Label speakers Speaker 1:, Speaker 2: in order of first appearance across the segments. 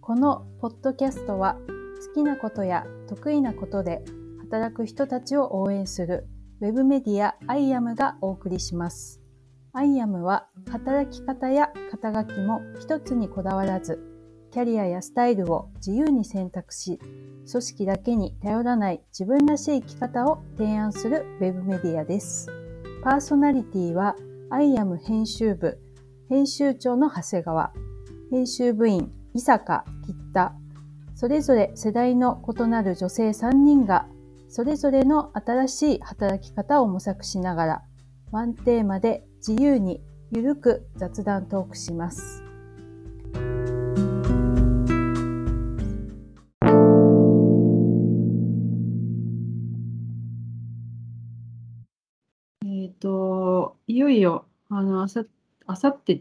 Speaker 1: ポッドキャストは好きなことや得意なことで働く人たちを応援するウェブメディアアイアムがお送りします。アイアムは働き方や肩書きも一つにこだわらず、キャリアやスタイルを自由に選択し、組織だけに頼らない自分らしい生き方を提案するウェブメディアです。パーソナリティはアイアム編集部、編集長の長谷川、編集部員、伊坂、吉田、それぞれ世代の異なる女性3人がそれぞれの新しい働き方を模索しながら、ワンテーマで自由にゆるく雑談トークします。
Speaker 2: えっ、ー、と、いよいよ、あの、あさ、あさって、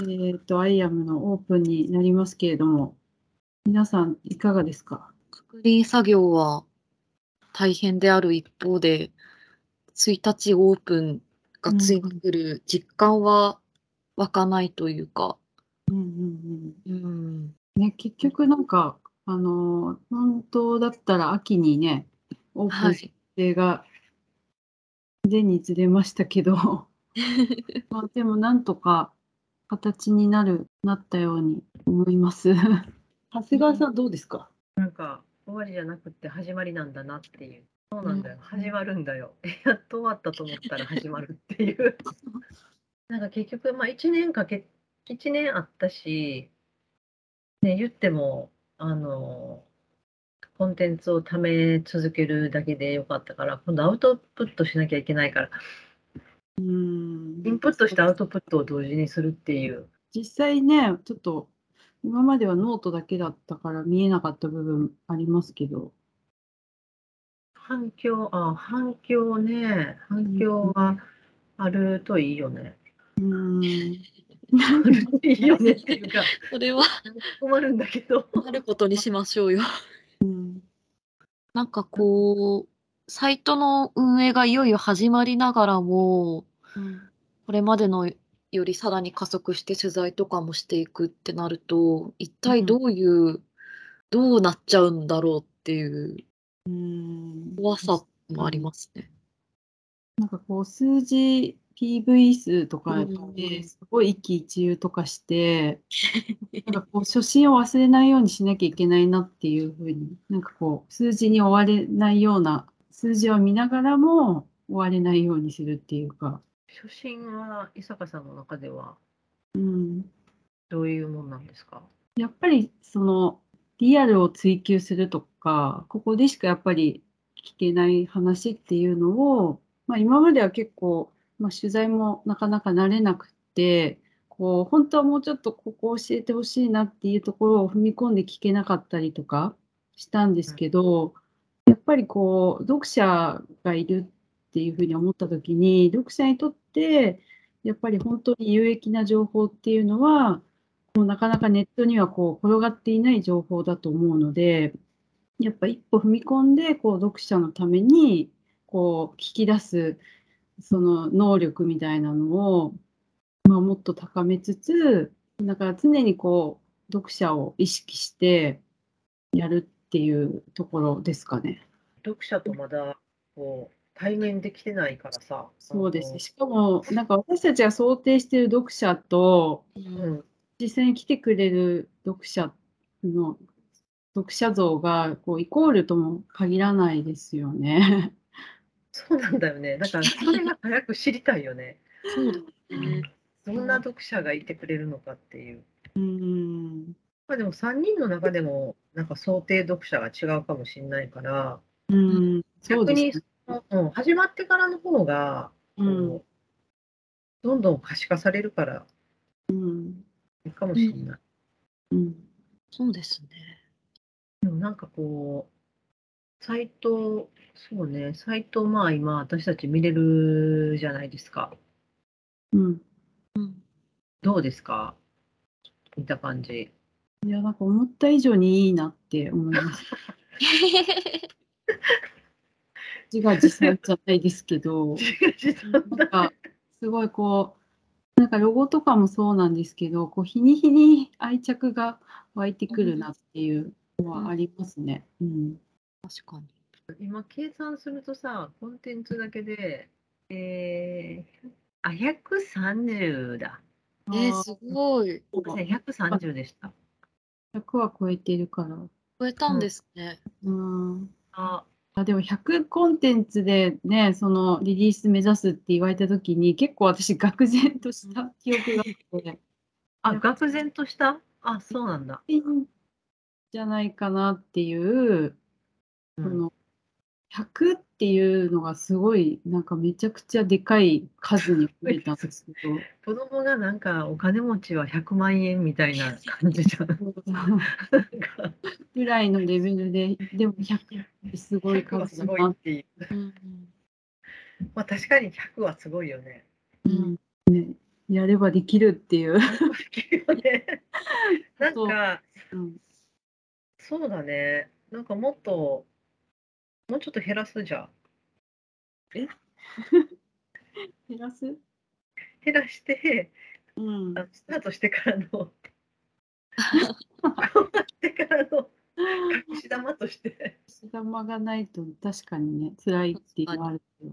Speaker 2: えっ、ー、と、アイアムのオープンになりますけれども、皆さんいかがですか
Speaker 3: 確認作業は大変である一方で、1日オープンがついてくる実感は湧かないというか。
Speaker 2: うんうんうん。うんね、結局なんか、あのー、本当だったら秋にね、オープン設定が前日出ましたけど、はい、まあでもなんとか形になる、なったように思います。長谷川さんどうですか
Speaker 4: なんか終わりじゃなくて始まりなんだなっていう。そうなんだよ、うん、始まるんだよ。 やっと終わったと思ったら始まるっていう。なんか結局、まあ、1年かけ、1年あったし、ね、言っても、あの、コンテンツをため続けるだけでよかったから、今度アウトプットしなきゃいけないから、
Speaker 2: うん
Speaker 4: インプットしてアウトプットを同時にするっていう。
Speaker 2: 実際ね、ちょっと今まではノートだけだったから見えなかった部分ありますけど。
Speaker 4: 反響、あ、反響ね、反響はあるといいよね。
Speaker 2: う ん。
Speaker 4: あるといいよねっていうか、
Speaker 3: それは
Speaker 4: 困るんだけど。
Speaker 3: あることにしましょうよ。うん、 なんかこう、サイトの運営がいよいよ始まりながらも、うん、これまでのよりさらに加速して取材とかもしていくってなると一体どういう、うん、どうなっちゃうんだろうっていう怖さもありますね。
Speaker 2: なんかこう数字 PV 数とかですごい一喜一憂とかして、うん、なんかこう初心を忘れないようにしなきゃいけないなっていうふうになんかこう数字に追われないような数字を見ながらも追われないようにするっていうか。
Speaker 4: 初心は伊坂さんの中では、
Speaker 2: うん、
Speaker 4: どういうもんなんですか、
Speaker 2: うん、やっぱりそのリアルを追求するとかここでしかやっぱり聞けない話っていうのを、まあ、今までは結構、まあ、取材もなかなか慣れなくてこう本当はもうちょっとここ教えてほしいなっていうところを踏み込んで聞けなかったりとかしたんですけど、うん、やっぱりこう読者がいるっていうふうに思った時に読者にとってやっぱり本当に有益な情報っていうのはもうなかなかネットにはこう転がっていない情報だと思うのでやっぱ一歩踏み込んでこう読者のためにこう聞き出すその能力みたいなのを、まあ、もっと高めつつだから常にこう読者を意識してやるっていうところですかね。
Speaker 4: 読者とまだこう対面できてないからさ。
Speaker 2: そうです。しかも、なんか私たちが想定している読者と、
Speaker 4: うん、
Speaker 2: 実際に来てくれる読者の読者像がこうイコールとも限らないですよね。
Speaker 4: そうなんだよね。だから、それが早く知りたいよね。
Speaker 3: そうだね、
Speaker 4: うん。どんな読者がいてくれるのかっていう。
Speaker 2: うん。
Speaker 4: まあでも3人の中でも、なんか想定読者が違うかもしれないから、
Speaker 2: うん、
Speaker 4: 逆にうん、始まってからの方が、
Speaker 2: うん、
Speaker 4: どんどん可視化されるから、
Speaker 2: うん、
Speaker 4: いいかもしれない、
Speaker 2: うん、うん、
Speaker 3: そうですね。
Speaker 4: でもなんかこう、サイト、そうね、サイト、まあ今、私たち見れるじゃないですか。
Speaker 2: うん。
Speaker 3: うん、
Speaker 4: どうですか見た感じ。
Speaker 2: いや、なんか思った以上にいいなって思います。自画自賛じゃないですけ どなんかすごいこうなんかロゴとかもそうなんですけどこう日に日に愛着が湧いてくるなっていうはありますね。うん。
Speaker 3: 確かに。
Speaker 4: 今計算するとさコンテンツだけでえー、あ130だ
Speaker 3: えー、すごい。
Speaker 4: 私ね130でした
Speaker 2: 100は超えているから。
Speaker 3: 超えたんですね。
Speaker 2: うん。
Speaker 4: あ
Speaker 2: あでも100コンテンツでね、そのリリース目指すって言われたときに、結構私、愕然とした記憶があって、
Speaker 4: あ愕然としたあそうなんだ、
Speaker 2: いいんじゃないかなっていう、
Speaker 4: うん
Speaker 2: その100っていうのがすごい、なんかめちゃくちゃでかい数に増えたんですけど。
Speaker 4: 子供がなんかお金持ちは100万円みたいな感じじゃん なんか
Speaker 2: ぐらいのレベルで、でも100ってすごい
Speaker 4: 100は
Speaker 2: 数
Speaker 4: す
Speaker 2: だ
Speaker 4: ごい
Speaker 2: な
Speaker 4: っ。ていう
Speaker 3: うん
Speaker 4: まあ確かに100はすごいよね。
Speaker 2: うんね、やればできるっていう。
Speaker 4: なんか
Speaker 2: うん
Speaker 4: そうだね。なんかもっともうちょっと減らすじゃん。
Speaker 2: 減らす
Speaker 4: 減らして
Speaker 2: うん
Speaker 4: あのスタートしてからのこうなってからの隠し玉として。
Speaker 2: 足玉がないと確かにね辛いっていうのはあるけど、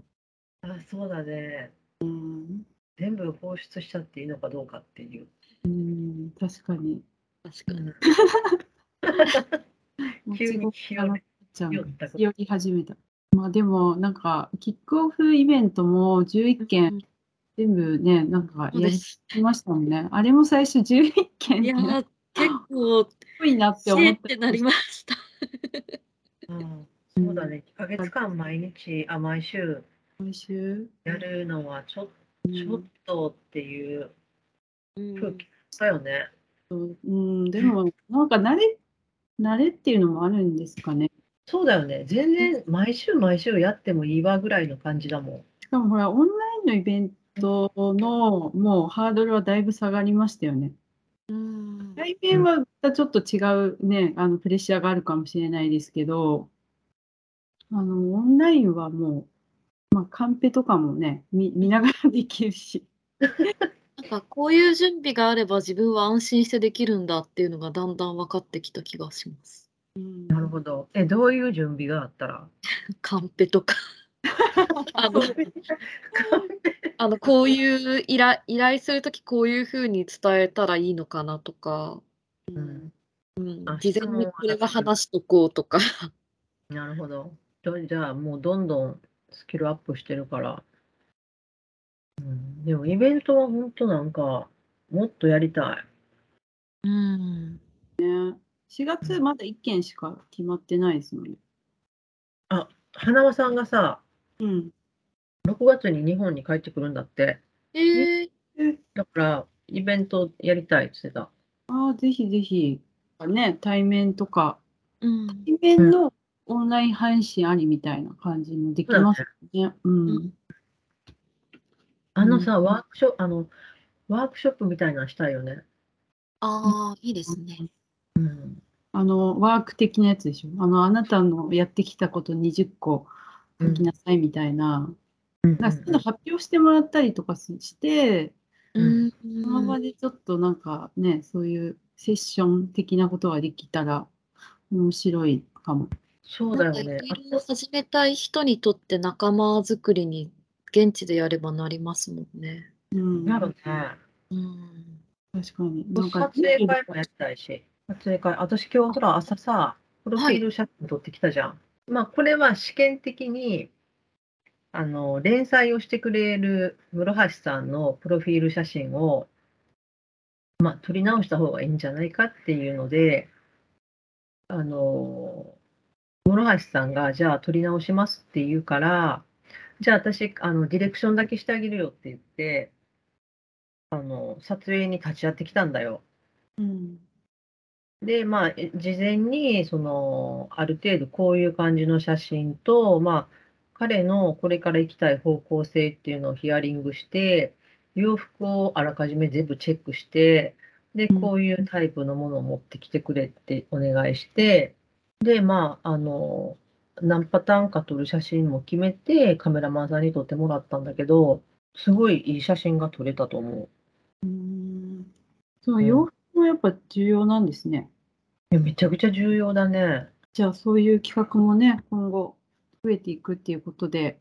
Speaker 4: あそうだね。
Speaker 2: うん、
Speaker 4: 全部放出しちゃっていいのかどうかっていう。
Speaker 2: うん確かに
Speaker 3: 確かに。
Speaker 4: 急に
Speaker 2: 持ち物がなくなっちゃう
Speaker 4: 酔ったこと
Speaker 2: より始めたまあでもなんかキックオフイベントも11件全部ねなんか
Speaker 3: そう
Speaker 2: や
Speaker 3: で
Speaker 2: り
Speaker 3: す。
Speaker 2: ましたもんねあれも最初11件っ
Speaker 3: い
Speaker 2: て
Speaker 3: や
Speaker 2: す
Speaker 3: ー、結構、
Speaker 2: ごいなって
Speaker 3: シ
Speaker 2: 思
Speaker 3: ェー
Speaker 2: っ
Speaker 3: ったてなりました。
Speaker 4: うんそうだね。1ヶ月間毎日あ毎週
Speaker 2: 毎週
Speaker 4: やるのはちょ,、ちょっとっていう
Speaker 3: うん
Speaker 4: 空気だよね。
Speaker 2: うんでもなんか慣れ慣れっていうのもあるんですかね
Speaker 4: そうだよね。全然毎週毎週やってもいいわぐらいの感じだも
Speaker 2: しかもほら、オンラインのイベントのもうハードルはだいぶ下がりましたよね。
Speaker 3: うん
Speaker 2: 対面はまたちょっと違うね、あのプレッシャーがあるかもしれないですけど、あの、オンラインはもう、まあ、カンペとかもね、見見ながらできるし、
Speaker 3: なんかこういう準備があれば自分は安心してできるんだっていうのがだんだん分かってきた気がします。
Speaker 4: ん。なるほど。え、どういう準備があった ら
Speaker 3: カンペと かあの
Speaker 4: 完璧
Speaker 3: あのこういう依頼依頼するときこういうふうに伝えたらいいのかなとか、
Speaker 4: うん
Speaker 3: うん
Speaker 4: あ、
Speaker 3: 事前にこれは話しとこうとか
Speaker 4: なるほど。じゃじゃあもうどんどんスキルアップしてるから。うん、でもイベントは本当なんかもっとやりたい。
Speaker 3: うん
Speaker 2: 4月まだ1件しか決まってないですもんね。
Speaker 4: 花輪さんがさ、
Speaker 2: うん。
Speaker 4: 6月に日本に帰ってくるんだって。
Speaker 3: えー、
Speaker 4: だからイベントやりたいって言ってた。
Speaker 2: ああ、ぜひぜひ、ね、対面とか、
Speaker 3: うん
Speaker 2: 対面のオンライン配信ありみたいな感じもできますね。うん
Speaker 4: あのさ、ワークショップ、あの、ワークショップみたいなのしたいよね。
Speaker 3: ああいいですね。
Speaker 4: うん。
Speaker 2: あの、ワーク的なやつでしょ。あの、あなたのやってきたこと20個書きなさいみたいな。
Speaker 4: うん
Speaker 2: なんかそういうの発表してもらったりとかしして、
Speaker 4: うん
Speaker 3: うん
Speaker 2: その場でちょっとなんかね、そういうセッション的なことができたら面白いかも。
Speaker 4: そう
Speaker 3: な
Speaker 4: だよ
Speaker 3: んかいろ
Speaker 4: ね。
Speaker 3: いろ始めたい人にとって仲間作りに現地でやればなりますもんね。
Speaker 2: うん、
Speaker 4: なる
Speaker 2: 確
Speaker 4: ね。
Speaker 3: うん
Speaker 2: かに。なん
Speaker 4: 撮
Speaker 2: か、
Speaker 4: 影会もやりたいし。撮影会。私今日ほら朝さ、プロフィール写真撮ってきたじゃん。まあこれは試験的に、あの、連載をしてくれる室橋さんのプロフィール写真を、まあ撮り直した方がいいんじゃないかっていうので、あの、室橋さんがじゃあ撮り直しますって言うから、じゃあ私、あの、ディレクションだけしてあげるよって言って、あの、撮影に立ち会ってきたんだよ。
Speaker 2: うん。
Speaker 4: で、まあ、え事前に、その、ある程度こういう感じの写真と、まあ、彼のこれから行きたい方向性っていうのをヒアリングして、洋服をあらかじめ全部チェックして、で、こういうタイプのものを持ってきてくれってお願いして、で、まあ、あの、何パターンか撮る写真も決めて、カメラマンさんに撮ってもらったんだけど、すごいいい写真が撮れたと思う。
Speaker 2: うんそう、洋服もやっぱ重要なんですね。
Speaker 4: いやめちゃくちゃ重要だね。
Speaker 2: じゃあそういう企画もね、今後増えていくっていうことで、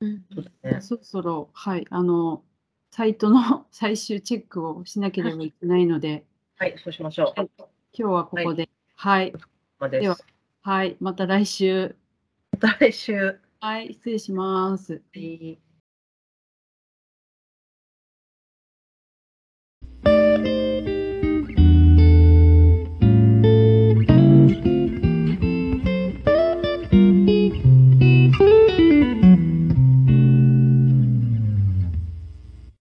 Speaker 3: うん
Speaker 4: そうだね
Speaker 2: そろそろ、はい、あの、サイトの 最終チェックをしなければいけないので、
Speaker 4: はい、そうしましょう。
Speaker 2: はい今日はここで、はい、
Speaker 4: まあで
Speaker 2: では
Speaker 4: す。
Speaker 2: はい、また来週、
Speaker 4: また来週。
Speaker 2: はい、失礼します。
Speaker 4: はい